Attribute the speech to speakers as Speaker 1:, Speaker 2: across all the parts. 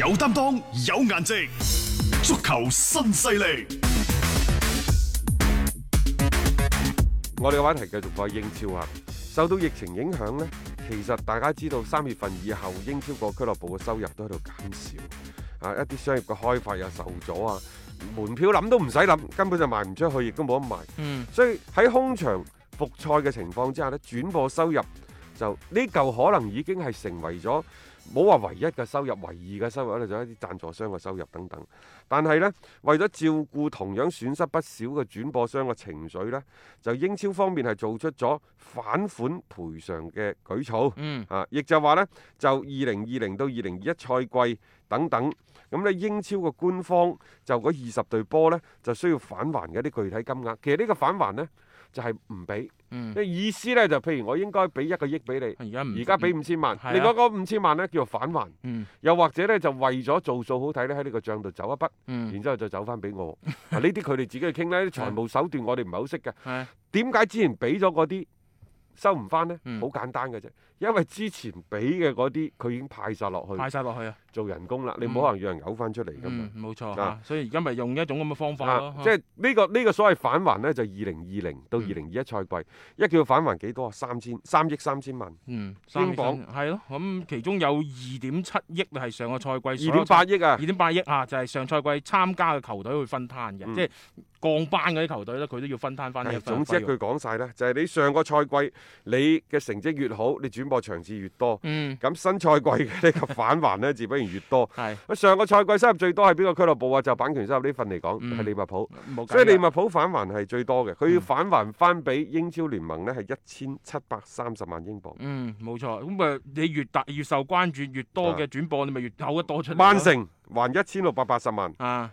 Speaker 1: 有擔當，有顏值，足球新勢力。
Speaker 2: 我哋嘅話題繼續講英超啊。受到疫情影響呢，其實大家知道三月份以後，英超個俱樂部嘅收入都喺度減少啊，一啲商業嘅開發又受阻啊，門票諗都唔使諗，根本就賣唔出去，亦都冇得賣。
Speaker 3: 嗯，
Speaker 2: 所以喺空場復賽嘅情況之下呢，轉播收入就呢嚿可能已經係成為咗冇話唯一嘅收入，唯二嘅收入咧就係一啲贊助商嘅收入等等。但係呢，為咗照顧同樣損失不少嘅轉播商嘅情緒呢，就英超方面係做出咗反款賠償嘅舉措。
Speaker 3: 嗯，
Speaker 2: 啊，亦就話呢，就二零二零到二零二一賽季等等，咁呢英超嘅官方就嗰二十隊波呢，就需要返還嘅一啲具體金額。其實呢個返還呢，就係唔俾，
Speaker 3: 嗯，
Speaker 2: 即意思呢，就譬如我應該俾一個億俾
Speaker 3: 而家唔
Speaker 2: 你，而家俾，五千萬，
Speaker 3: 係啊
Speaker 2: 你嗰嗰五千萬呢，叫做返還，
Speaker 3: 嗯
Speaker 2: 又或者呢，就為咗做數好睇呢，喺呢個帳度走一筆，
Speaker 3: 嗯，
Speaker 2: 然之後就走翻俾我。啊，呢啲佢哋自己去傾呢啲財務手段我哋唔係好識嘅。
Speaker 3: 係，
Speaker 2: 點解之前俾咗嗰啲收唔翻呢？
Speaker 3: 嗯
Speaker 2: 好簡單嘅啫，因為之前俾嘅嗰啲佢已經派晒落去
Speaker 3: 派晒落去啊，
Speaker 2: 做人工啦，你
Speaker 3: 嗯
Speaker 2: 冇可能讓人嘔翻出嚟噶嘛
Speaker 3: 嗯。，冇錯
Speaker 2: 啊
Speaker 3: 嚇，所以而家咪用一種咁嘅方法
Speaker 2: 啊
Speaker 3: 咯，，
Speaker 2: 即係呢個呢個所謂返還呢，就二零二零到二
Speaker 3: 嗯
Speaker 2: 零二一賽季，一叫返還幾多啊？三千三億三千萬，
Speaker 3: 嗯，
Speaker 2: 英鎊
Speaker 3: 係咯，咁其中有二點七億係上個賽
Speaker 2: 二
Speaker 3: 季所有
Speaker 2: 點八億啊
Speaker 3: 二！點八億啊，就係、上賽季參加嘅球隊會分攤嘅，
Speaker 2: 嗯
Speaker 3: 即係降班嗰啲球隊咧，佢都要分攤翻呢一
Speaker 2: 唉
Speaker 3: 份
Speaker 2: 總之一
Speaker 3: 啊費
Speaker 2: 句
Speaker 3: 用
Speaker 2: 講晒呢，就係你上個賽季你嘅成績越好，你轉播場次越多，
Speaker 3: 嗯，
Speaker 2: 咁新賽季嘅呢個返還呢，自不然越 多。
Speaker 3: 係
Speaker 2: 咁上個賽季收入最多係邊個俱樂部啊？就版權收入呢份嚟講
Speaker 3: 嗯
Speaker 2: 係利物浦，
Speaker 3: 冇計
Speaker 2: 所以利
Speaker 3: 啦
Speaker 2: 物浦返還係最多嘅，佢要
Speaker 3: 嗯
Speaker 2: 返還翻俾英超聯盟呢係一千七百三十萬英鎊。
Speaker 3: 嗯冇錯，咁啊你越大越受關注，越
Speaker 2: 啊
Speaker 3: 多嘅轉播你咪越有得多出嚟咯
Speaker 2: 曼城還一千六百八十萬，
Speaker 3: 啊，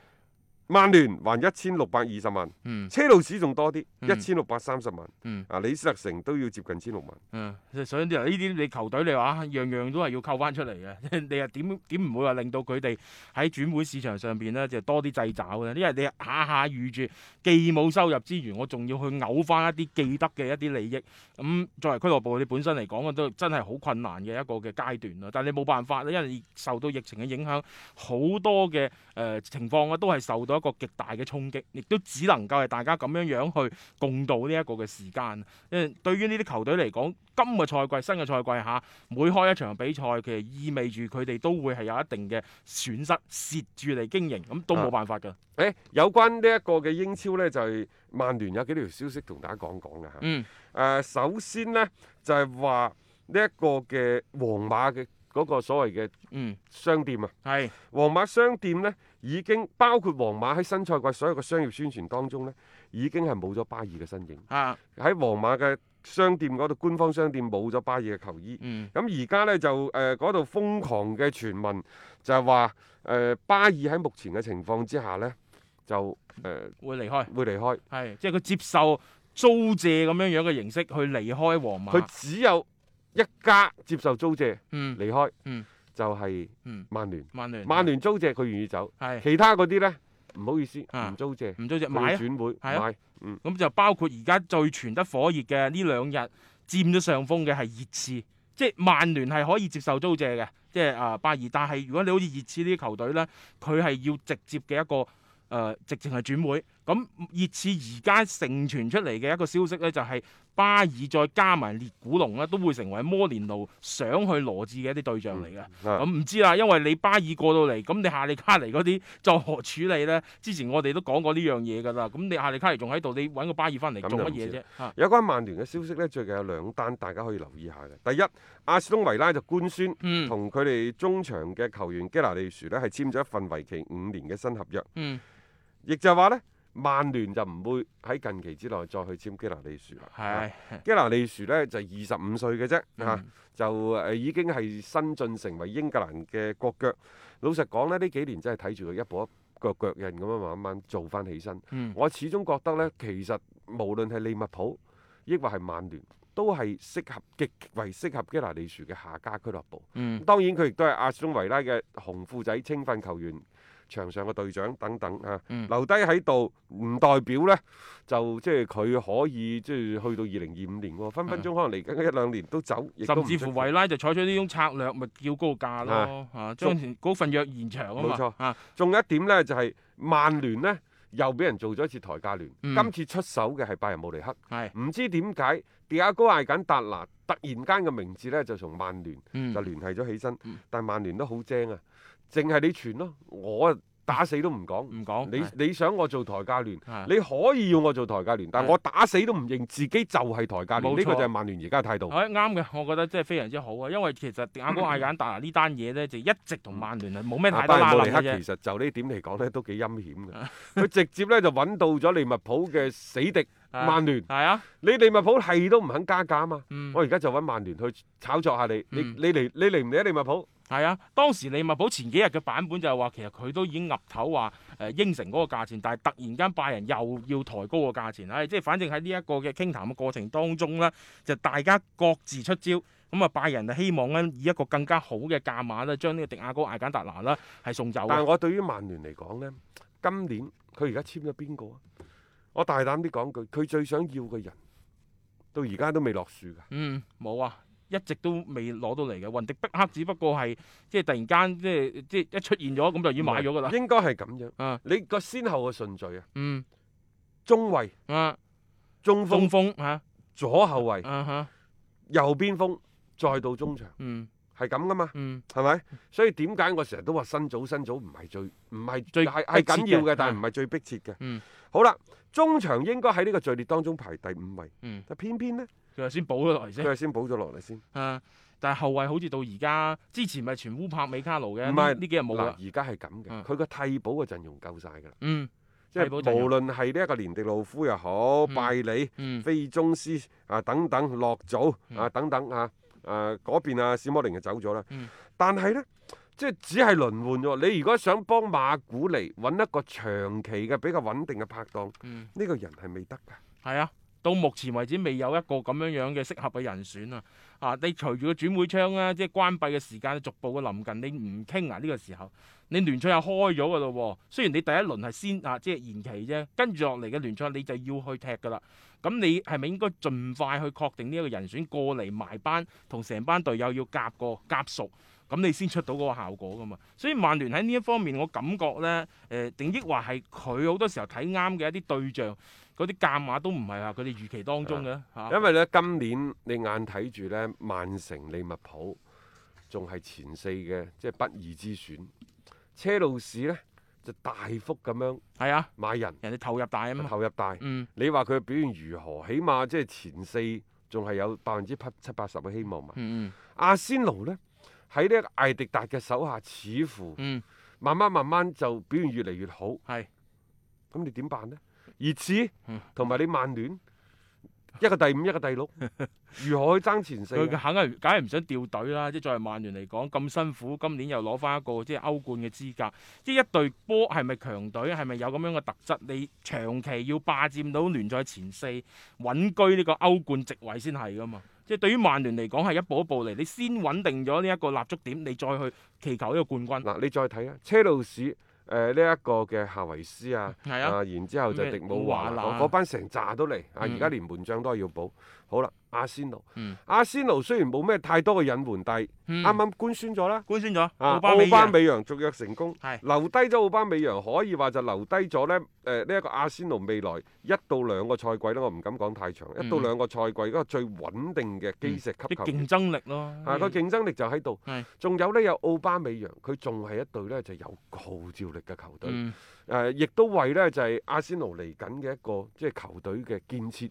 Speaker 2: 曼聯還一千六百二十萬，
Speaker 3: 嗯
Speaker 2: 車路士仲多啲，
Speaker 3: 嗯
Speaker 2: 一千六百三十萬。
Speaker 3: 嗯
Speaker 2: 啊，李斯特城都要接近千六萬。
Speaker 3: 嗯，所以所以呢啲你球隊你話啊樣樣都係要扣翻出嚟嘅， 你又點點唔會話令到佢哋喺轉會市場上邊咧就多啲掣肘咧？因為你下下預住既冇收入之餘，我仲要去嘔翻一啲記得嘅一啲利益，咁、作為俱樂部你本身嚟講，都真係好困難嘅一個嘅階段啊啦。但係你冇辦法啦，因為受到疫情嘅影響，好多嘅誒、呃情況啊都係受到一個極大嘅衝擊，亦都只能夠係大家咁樣樣去共度呢一個嘅時間。因為對於呢啲球隊嚟講，今個賽季、新嘅賽季嚇，每開一場比賽，其實意味住佢哋都會係有一定嘅損失，蝕住嚟經營，咁都冇辦法㗎。
Speaker 2: 誒，有關呢一個嘅英超呢，就係、曼聯有幾條消息同大家講講嘅嚇。
Speaker 3: 嗯
Speaker 2: 誒、首先呢，就係話呢一個嘅皇馬嘅嗰個所謂嘅
Speaker 3: 嗯，
Speaker 2: 商店啊，
Speaker 3: 係
Speaker 2: 皇馬商店呢已經包括皇馬喺新賽季所有嘅商業宣傳當中呢，已經係冇咗巴爾嘅身影。
Speaker 3: 啊，
Speaker 2: 喺呃皇馬嘅商店嗰度，官方商店冇咗巴爾嘅球衣。
Speaker 3: 嗯
Speaker 2: 咁而家呢，就誒嗰度瘋狂嘅傳聞就係話誒巴爾喺目前嘅情況之下呢，就誒、呃、
Speaker 3: 嗯會離開。
Speaker 2: 會離開。
Speaker 3: 係，即係佢接受啊租借咁樣樣嘅形式去離開皇馬。
Speaker 2: 佢只有一家接受租借
Speaker 3: 嗯
Speaker 2: 離開，
Speaker 3: 嗯
Speaker 2: 就係
Speaker 3: 嗯，
Speaker 2: 曼聯。
Speaker 3: 曼聯
Speaker 2: 曼聯租借佢願意走，
Speaker 3: 係
Speaker 2: 其他嗰啲呢，唔好意思，
Speaker 3: 啊
Speaker 2: 唔租借，
Speaker 3: 唔租借
Speaker 2: 佢
Speaker 3: 買
Speaker 2: 要
Speaker 3: 啊，
Speaker 2: 轉會
Speaker 3: 係啊
Speaker 2: 買。
Speaker 3: 咁就包括而家最傳得火熱嘅呢兩日佔咗上風嘅係熱刺，即係曼聯係可以接受租借嘅，即係啊巴爾。但係如果你好似熱刺呢啲球隊呢，佢係要直接嘅一個誒、呃直情係轉會。咁熱刺而家盛傳出嚟嘅一個消息呢，就係、巴爾再加埋列古龍呢，都會成為摩連奴想去羅致嘅一啲對象嚟嘅。
Speaker 2: 啊
Speaker 3: 咁唔知啦，因為你巴爾過到嚟，咁你夏利卡尼嗰啲作何處理呢？之前我哋都講過呢樣嘢㗎啦。咁你夏利卡尼仲喺度，你揾個巴爾翻嚟
Speaker 2: 咁
Speaker 3: 做
Speaker 2: 就
Speaker 3: 乜
Speaker 2: 唔
Speaker 3: 嘢
Speaker 2: 知
Speaker 3: 啫？啊嚇，
Speaker 2: 有關曼聯嘅消息呢，最近有兩單大家可以留意下嘅。第一，阿斯通維拉就官宣
Speaker 3: 嗯
Speaker 2: 同佢哋中場嘅球員基拿利殊呢係簽咗一份為期五年嘅新合約，
Speaker 3: 嗯，
Speaker 2: 亦就係話呢，曼聯就唔會喺近期之內再去簽基拿利殊啦。啊
Speaker 3: 係，
Speaker 2: 基拿利殊呢就二十五歲嘅啫，嚇、
Speaker 3: 嗯
Speaker 2: 就誒、呃已經係新晉成為英格蘭嘅國腳。老實講呢，呢幾年真係睇住佢一步一個腳印咁樣慢慢做翻起身。
Speaker 3: 嗯
Speaker 2: 我始終覺得呢，其實無論係利物浦，抑或係曼聯，都係適合極為適合基拿利殊嘅下家俱樂部。
Speaker 3: 嗯
Speaker 2: 當然佢亦都係阿斯通維拉嘅紅褲仔青訓球員場上嘅隊長等等嚇、啊
Speaker 3: 嗯
Speaker 2: 留低喺度唔代表呢，就即係佢可以即係去到二零二五年喎，分分鐘可能嚟緊一兩年都走，亦都
Speaker 3: 嗯甚
Speaker 2: 唔
Speaker 3: 至
Speaker 2: 出
Speaker 3: 乎
Speaker 2: 奇
Speaker 3: 維拉就採取呢種策略，咪叫高價咯，嚇將嗰份約延長啊嘛，
Speaker 2: 啊冇錯
Speaker 3: 啊
Speaker 2: 仲有一點呢，就係、曼聯呢又俾人做咗一次抬價聯，
Speaker 3: 嗯
Speaker 2: 今次出手嘅係拜仁慕尼黑，
Speaker 3: 係，
Speaker 2: 唔知點解迪亞高艾簡達拿突然間嘅名字呢，就從曼聯
Speaker 3: 嗯
Speaker 2: 就，聯繫咗起身，
Speaker 3: 嗯
Speaker 2: 但曼聯都好精啊，淨係你傳咯，我啊打死都唔講，
Speaker 3: 唔講
Speaker 2: 你你想我做抬價聯？
Speaker 3: 係
Speaker 2: 你可以要我做抬價聯，但
Speaker 3: 係
Speaker 2: 我打死都唔認自己就係抬價聯，
Speaker 3: 啊冇
Speaker 2: 呢個
Speaker 3: 錯
Speaker 2: 就係曼聯而家嘅態度。
Speaker 3: 係啱嘅，我覺得真係非常之好啊！因為其實迪亞哥艾簡達拿呢單嘢咧，就一直同曼聯係冇咩
Speaker 2: 啊
Speaker 3: 太多
Speaker 2: 拜
Speaker 3: 拉
Speaker 2: 仁慕
Speaker 3: 楞
Speaker 2: 尼
Speaker 3: 嘅
Speaker 2: 黑
Speaker 3: 啫。
Speaker 2: 其實就呢點嚟講呢，都幾陰險嘅。佢直接呢就揾到咗利物浦嘅死敵
Speaker 3: 啊
Speaker 2: 曼聯，
Speaker 3: 係啊，
Speaker 2: 你利物浦係都唔肯加價啊嘛。
Speaker 3: 嗯
Speaker 2: 我，而家就揾曼聯去炒作下你，你
Speaker 3: 嗯
Speaker 2: 你嚟你嚟唔嚟啊利物浦？
Speaker 3: 係啊。當時利物浦前幾日嘅版本就係話，其實佢都已經岌頭話誒應承嗰個價錢，但係突然間拜仁又要抬高個價錢，唉、即係反正喺呢一個嘅傾談嘅過程當中咧，就大家各自出招。咁啊，拜仁就希望咧以一個更加好嘅價碼咧，將呢個迪亞哥艾簡達拿啦係送走嘅。啊
Speaker 2: 但係我對於曼聯嚟講呢，今年佢而家簽咗邊個啊？我大膽啲講句，佢最想要嘅人到而家都未落樹㗎。
Speaker 3: 嗯，冇啊，一直都未攞到嚟嘅。雲迪碧克只不過係即係突然間即係即係一出現咗，咁就已經買咗噶啦。
Speaker 2: 應該係咁樣。
Speaker 3: 啊
Speaker 2: 你個先後嘅順序啊，
Speaker 3: 嗯
Speaker 2: 中衞、
Speaker 3: 啊，
Speaker 2: 中鋒、
Speaker 3: 中鋒嚇
Speaker 2: 左後衞、
Speaker 3: 啊嚇，
Speaker 2: 右邊鋒，再到中場，
Speaker 3: 嗯
Speaker 2: 係咁噶嘛？
Speaker 3: 嗯
Speaker 2: 係咪？所以點解我成日都話新組新組唔係最唔係
Speaker 3: 最
Speaker 2: 係係
Speaker 3: 迫切
Speaker 2: 緊要
Speaker 3: 嘅
Speaker 2: 嘅，但係唔
Speaker 3: 啊
Speaker 2: 係最迫切嘅。
Speaker 3: 嗯
Speaker 2: 好啦，中場應該喺呢個序列當中排第五位，
Speaker 3: 嗯，
Speaker 2: 但偏偏呢，
Speaker 3: 佢話先補咗落嚟
Speaker 2: 佢
Speaker 3: 先
Speaker 2: 係先補咗落嚟先。
Speaker 3: 啊。但係後衞好似到而家之前咪全烏柏美卡奴嘅，
Speaker 2: 唔
Speaker 3: 呢
Speaker 2: 係
Speaker 3: 呢幾日冇
Speaker 2: 嗱，
Speaker 3: 啦。
Speaker 2: 而家係咁嘅，
Speaker 3: 嗯
Speaker 2: 佢個替補嘅陣容夠晒㗎啦，
Speaker 3: 嗯
Speaker 2: 即係
Speaker 3: 替補陣容
Speaker 2: 無論係呢一個連迪路夫又好，
Speaker 3: 嗯
Speaker 2: 拜里、
Speaker 3: 嗯
Speaker 2: 菲宗斯啊等等，洛祖啊等等啊，誒嗰邊啊史摩寧就走咗啦
Speaker 3: 嗯。
Speaker 2: 但係呢，即係只係輪換啫喎。你如果想幫馬古尼揾一個長期嘅比較穩定嘅拍檔，
Speaker 3: 嗯，
Speaker 2: 呢個人係未得㗎。
Speaker 3: 係啊。到目前為止未有一個咁樣樣嘅適合嘅人選啊！啊，你隨住個轉會窗咧，即係關閉嘅時間啊逐步嘅臨近，你唔傾啊呢個時候，你聯賽又開咗噶咯喎。雖然你第一輪係先啊，即係延期啫，跟住落嚟嘅聯賽你就要去踢噶啦。咁你係咪應該盡快去確定呢一個人選過嚟埋班，同成班隊友要夾過夾熟？咁你先出到嗰個效果噶嘛，所以曼聯喺呢一方面，我感覺呢，誒、呃定抑或係佢好多時候睇啱嘅一啲對象，嗰啲價碼都唔係話佢哋預期當中嘅嚇。
Speaker 2: 因為呢，今年你眼睇住呢，曼城、利物浦仲係前四嘅，即係不二之選。車路士呢，就大幅咁樣
Speaker 3: 係啊，
Speaker 2: 買人，
Speaker 3: 人哋投入大啊嘛。
Speaker 2: 投入大。
Speaker 3: 嗯
Speaker 2: 你話佢嘅表現如何？起碼即係前四仲係有百分之七八十嘅希望嘛。
Speaker 3: 嗯
Speaker 2: 阿仙奴呢，喺呢一個艾迪達嘅手下，似乎
Speaker 3: 嗯
Speaker 2: 慢慢慢慢就表現越嚟越好。
Speaker 3: 係
Speaker 2: 咁你點辦呢？熱刺
Speaker 3: 嗯
Speaker 2: 同埋你曼聯，一個第五，一個第六， 如何去爭前四
Speaker 3: 佢
Speaker 2: 啊？
Speaker 3: 肯係梗係唔想掉隊啦。即係作為曼聯嚟講，咁辛苦，今年又攞翻一個即係歐冠嘅資格。即係一隊波係咪強隊，係咪有咁樣嘅特質？你長期要霸佔到聯賽前四，穩居呢個歐冠席位先係噶嘛？即係對於曼聯嚟講係一步一步嚟，你先穩定咗呢一個立足點，你再去祈求呢個冠軍。
Speaker 2: 嗱，你再睇啊，車路士呃誒呢一個嘅夏維斯啊，
Speaker 3: 係啊
Speaker 2: 然之後就
Speaker 3: 咩
Speaker 2: 迪姆華
Speaker 3: 華
Speaker 2: 拿
Speaker 3: 拿
Speaker 2: 嗰班成扎都嚟啊！
Speaker 3: 嗯
Speaker 2: 而家連門將都係要補。好啦，阿仙奴，
Speaker 3: 嗯
Speaker 2: 阿仙奴雖然冇咩太多嘅隱瞞，但係
Speaker 3: 啱
Speaker 2: 啱啱官宣咗啦。
Speaker 3: 官宣咗，
Speaker 2: 啊，
Speaker 3: 嗯奧巴美
Speaker 2: 奧巴
Speaker 3: 揚
Speaker 2: 美揚續約成功，
Speaker 3: 係
Speaker 2: 留低咗奧巴美揚，可以話就留低咗呢誒呢一個阿仙奴未來一到兩個賽季呢，我唔敢講太長，一到
Speaker 3: 嗯
Speaker 2: 兩個賽季嗰個最穩定嘅基石級
Speaker 3: 啲
Speaker 2: 球員
Speaker 3: 競爭力咯。
Speaker 2: 啊，個競爭力就喺度
Speaker 3: 係。
Speaker 2: 仲有呢，有奧巴美揚，佢仲係一隊呢就有號召力嘅球隊。誒、
Speaker 3: 嗯
Speaker 2: 亦都為呢就係、阿仙奴嚟緊嘅一個即係球隊嘅建設。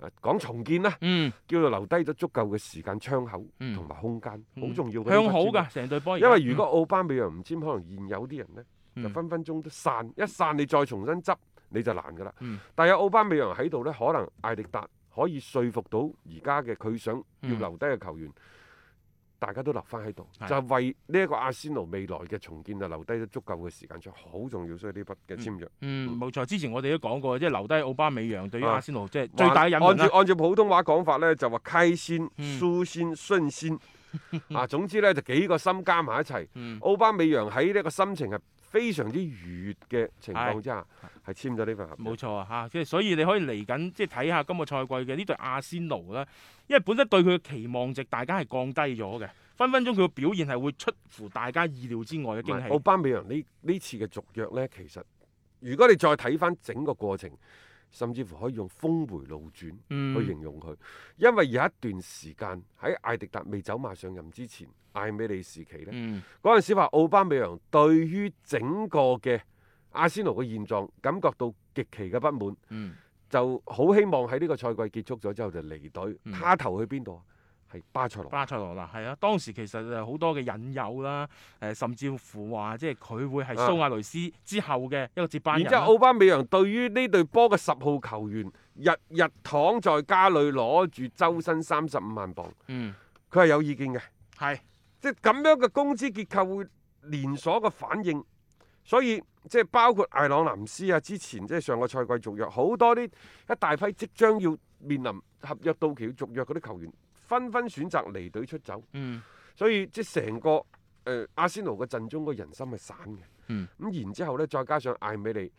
Speaker 2: 誒講重建啦，
Speaker 3: 嗯，
Speaker 2: 叫做留低咗足夠嘅時間窗口
Speaker 3: 嗯
Speaker 2: 同埋空間，好、
Speaker 3: 嗯
Speaker 2: 重要嘅。
Speaker 3: 向好㗎，，成隊波而家。
Speaker 2: 因為如果奧巴美揚唔簽，可能現有啲人呢，
Speaker 3: 嗯
Speaker 2: 就分分鐘都散，一散你再重新執你就難㗎啦。
Speaker 3: 嗯
Speaker 2: 但有奧巴美揚喺度呢，可能艾力達可以說服到而家嘅佢想要
Speaker 3: 嗯
Speaker 2: 留低嘅球員，大家都留翻喺度，
Speaker 3: 係
Speaker 2: 就係為呢一個阿仙奴未來嘅重建就啊留低咗足夠嘅時間，就好重要。所以呢筆嘅簽約，
Speaker 3: 嗯，冇錯，之前我哋都講過，即係留低奧巴美揚對於
Speaker 2: 啊
Speaker 3: 阿仙奴即係最大嘅隱
Speaker 2: 按
Speaker 3: 瞞
Speaker 2: 照
Speaker 3: 啦。
Speaker 2: 按照普通話講法呢，就話開先、
Speaker 3: 嗯
Speaker 2: 舒先、順 先啊，總之呢，就幾個心加埋一齊。
Speaker 3: 嗯
Speaker 2: 奧巴美揚喺呢個心情係非常之愉悅嘅情況之下，係簽咗呢份合
Speaker 3: 冇
Speaker 2: 約。
Speaker 3: 錯啊，嚇！即係所以你可以嚟緊，即係睇下今個賽季嘅呢隊阿仙奴啦，因為本身對佢嘅期望值大家係降低咗嘅，分分鐘佢嘅表現係會出乎大家意料之外嘅
Speaker 2: 唔係
Speaker 3: 驚
Speaker 2: 奧
Speaker 3: 喜。
Speaker 2: 巴美揚呢呢次嘅續約呢，其實如果你再睇翻整個過程，甚至乎可以用峰回路轉去
Speaker 3: 嗯，
Speaker 2: 形容佢，因為有一段時間喺艾迪達未走馬上任之前，艾美利時期呢。
Speaker 3: 嗯，
Speaker 2: 嗰陣時話奧巴美揚對於整個嘅阿仙奴嘅現狀感覺到極其嘅不滿，
Speaker 3: 嗯，
Speaker 2: 就好希望喺呢個賽季結束咗之後就離隊。
Speaker 3: 嗯
Speaker 2: 他投去邊度啊？係巴塞羅那。
Speaker 3: 巴塞羅那係啊，當時其實誒好多嘅引誘啦，誒、甚至乎話即係佢會係蘇亞雷斯之後嘅一個接班
Speaker 2: 啊然
Speaker 3: 人啊
Speaker 2: 之
Speaker 3: 啦。
Speaker 2: 後，奧巴美揚對於呢隊波嘅十號球員，日日躺在家裏攞住周薪三十五萬磅，
Speaker 3: 嗯，
Speaker 2: 佢係有意見嘅。
Speaker 3: 係
Speaker 2: 即係咁樣嘅工資結構會連鎖嘅反應，所以即係包括艾朗南斯啊，之前即係上個賽季續約，好多啲一大批即將要面臨合約到期要續約嗰啲球員，紛紛選擇離隊出走，
Speaker 3: 嗯。
Speaker 2: 所以即係成個誒、呃阿仙奴嘅陣中個人心係散嘅。
Speaker 3: 嗯
Speaker 2: 咁然之後呢，再加上艾美利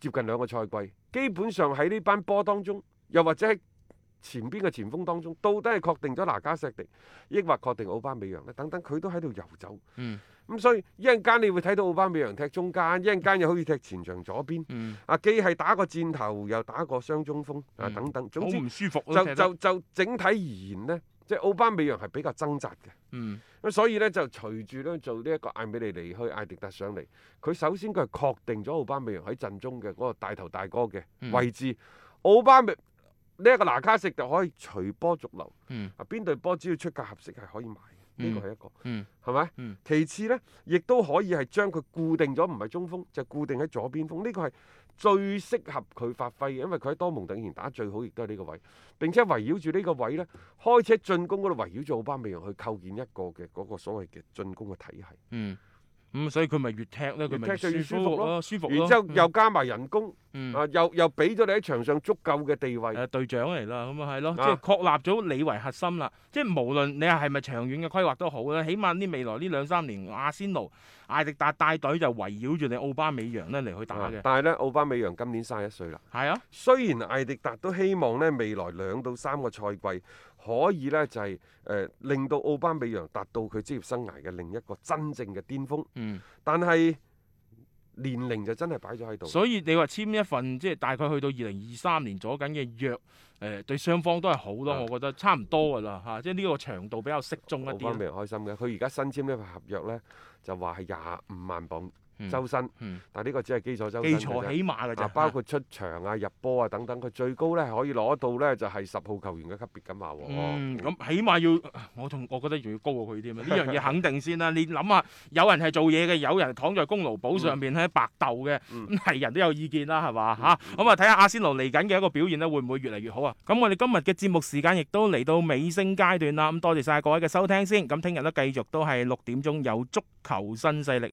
Speaker 2: 接近兩個賽季，基本上喺呢班波當中，又或者喺前邊嘅前鋒當中，到底係確定咗拿加石迪，抑或確定奧巴美揚呢？等等，佢都喺度遊走。
Speaker 3: 嗯
Speaker 2: 咁所以一陣間你會睇到奧巴美揚踢中間，一陣間又好似踢前場左邊。
Speaker 3: 嗯，
Speaker 2: 啊，既係打個箭頭，又打個雙中鋒啊，
Speaker 3: 嗯
Speaker 2: 等等。
Speaker 3: 好
Speaker 2: 總之
Speaker 3: 唔舒服咯，
Speaker 2: 就
Speaker 3: 踢得
Speaker 2: 就就整體而言呢，即係奧巴美揚係比較掙扎嘅。
Speaker 3: 嗯
Speaker 2: 咁所以呢，就隨住呢做呢一個艾美利離去，艾迪達上嚟，佢首先佢係確定咗奧巴美揚喺陣中嘅嗰個大頭大哥嘅
Speaker 3: 嗯
Speaker 2: 位置。奧巴美呢一個拿卡食就可以隨波逐流，
Speaker 3: 嗯
Speaker 2: 啊邊隊波只要出價合適係可以買嘅，呢個係一個。
Speaker 3: 嗯
Speaker 2: 係咪？
Speaker 3: 嗯
Speaker 2: 其次呢，亦都可以係將佢固定咗，唔係中鋒，就固定喺左邊鋒。呢、個係最適合佢發揮嘅，因為佢喺多蒙特以前打最好，亦都係呢個位。並且圍繞住呢個位呢，開始喺進攻嗰度圍繞住奧巴美揚去構建一個嘅嗰個所謂嘅進攻嘅體系。
Speaker 3: 嗯，咁所以佢咪越踢咧，佢咪
Speaker 2: 越踢就越舒服咯
Speaker 3: 咯，舒服咯。
Speaker 2: 然之後
Speaker 3: 嗯
Speaker 2: 又加埋人工，
Speaker 3: 嗯
Speaker 2: 啊又又俾咗你喺場上足夠嘅地位。
Speaker 3: 誒隊長嚟啦，咁啊係咯，即
Speaker 2: 啊
Speaker 3: 係確立咗你為核心啦。即係無論你係咪長遠嘅規劃都好啦，起碼呢未來呢兩三年，阿仙奴、艾迪達帶隊就圍繞住你奧巴美揚咧嚟去打
Speaker 2: 啊
Speaker 3: 嘅。
Speaker 2: 但係呢，奧巴美揚今年三十一歲啦。
Speaker 3: 係啊，
Speaker 2: 雖然艾迪達都希望呢未來兩到三個賽季可以呢就係、誒、令到奧巴美揚達到佢職業生涯嘅另一個真正嘅巔峰，
Speaker 3: 嗯，
Speaker 2: 但係年齡就真係擺咗喺度。
Speaker 3: 所以你話簽一份即係大概去到二零二三年左緊嘅約，誒、對雙方都係好咯，
Speaker 2: 啊
Speaker 3: 我覺得差唔多㗎啦嚇，即係呢個長度比較適中一
Speaker 2: 奧
Speaker 3: 啲
Speaker 2: 巴
Speaker 3: 啦。
Speaker 2: 美揚開心嘅，佢而家新簽呢份合約呢，就話係廿五萬磅
Speaker 3: 嗯
Speaker 2: 周薪，
Speaker 3: 嗯
Speaker 2: 但係呢個只係基礎周薪
Speaker 3: 基
Speaker 2: 嘅
Speaker 3: 礎
Speaker 2: 啫
Speaker 3: 起碼嘅
Speaker 2: 啊
Speaker 3: 啫，
Speaker 2: 包括出場啊、入波啊等等，佢最高呢係可以攞到呢就係十號球員嘅級別咁話喎。
Speaker 3: 嗯，咁起碼要 我仲我覺得仲要高過 佢添啊！呢樣嘢肯定先啦。你諗下，有人係做嘢嘅，有人係躺在功勞簿上面咧白鬥嘅，
Speaker 2: 嗯
Speaker 3: 咁係人都有意見啦，係嘛嚇？咁啊睇下阿仙奴嚟緊嘅一個表現咧，會唔會越嚟越好啊？咁我哋今日嘅節目時間亦都嚟到尾聲階段啦。咁多謝晒各位嘅收聽先。咁聽日咧繼續都係六點鐘有足球新勢力。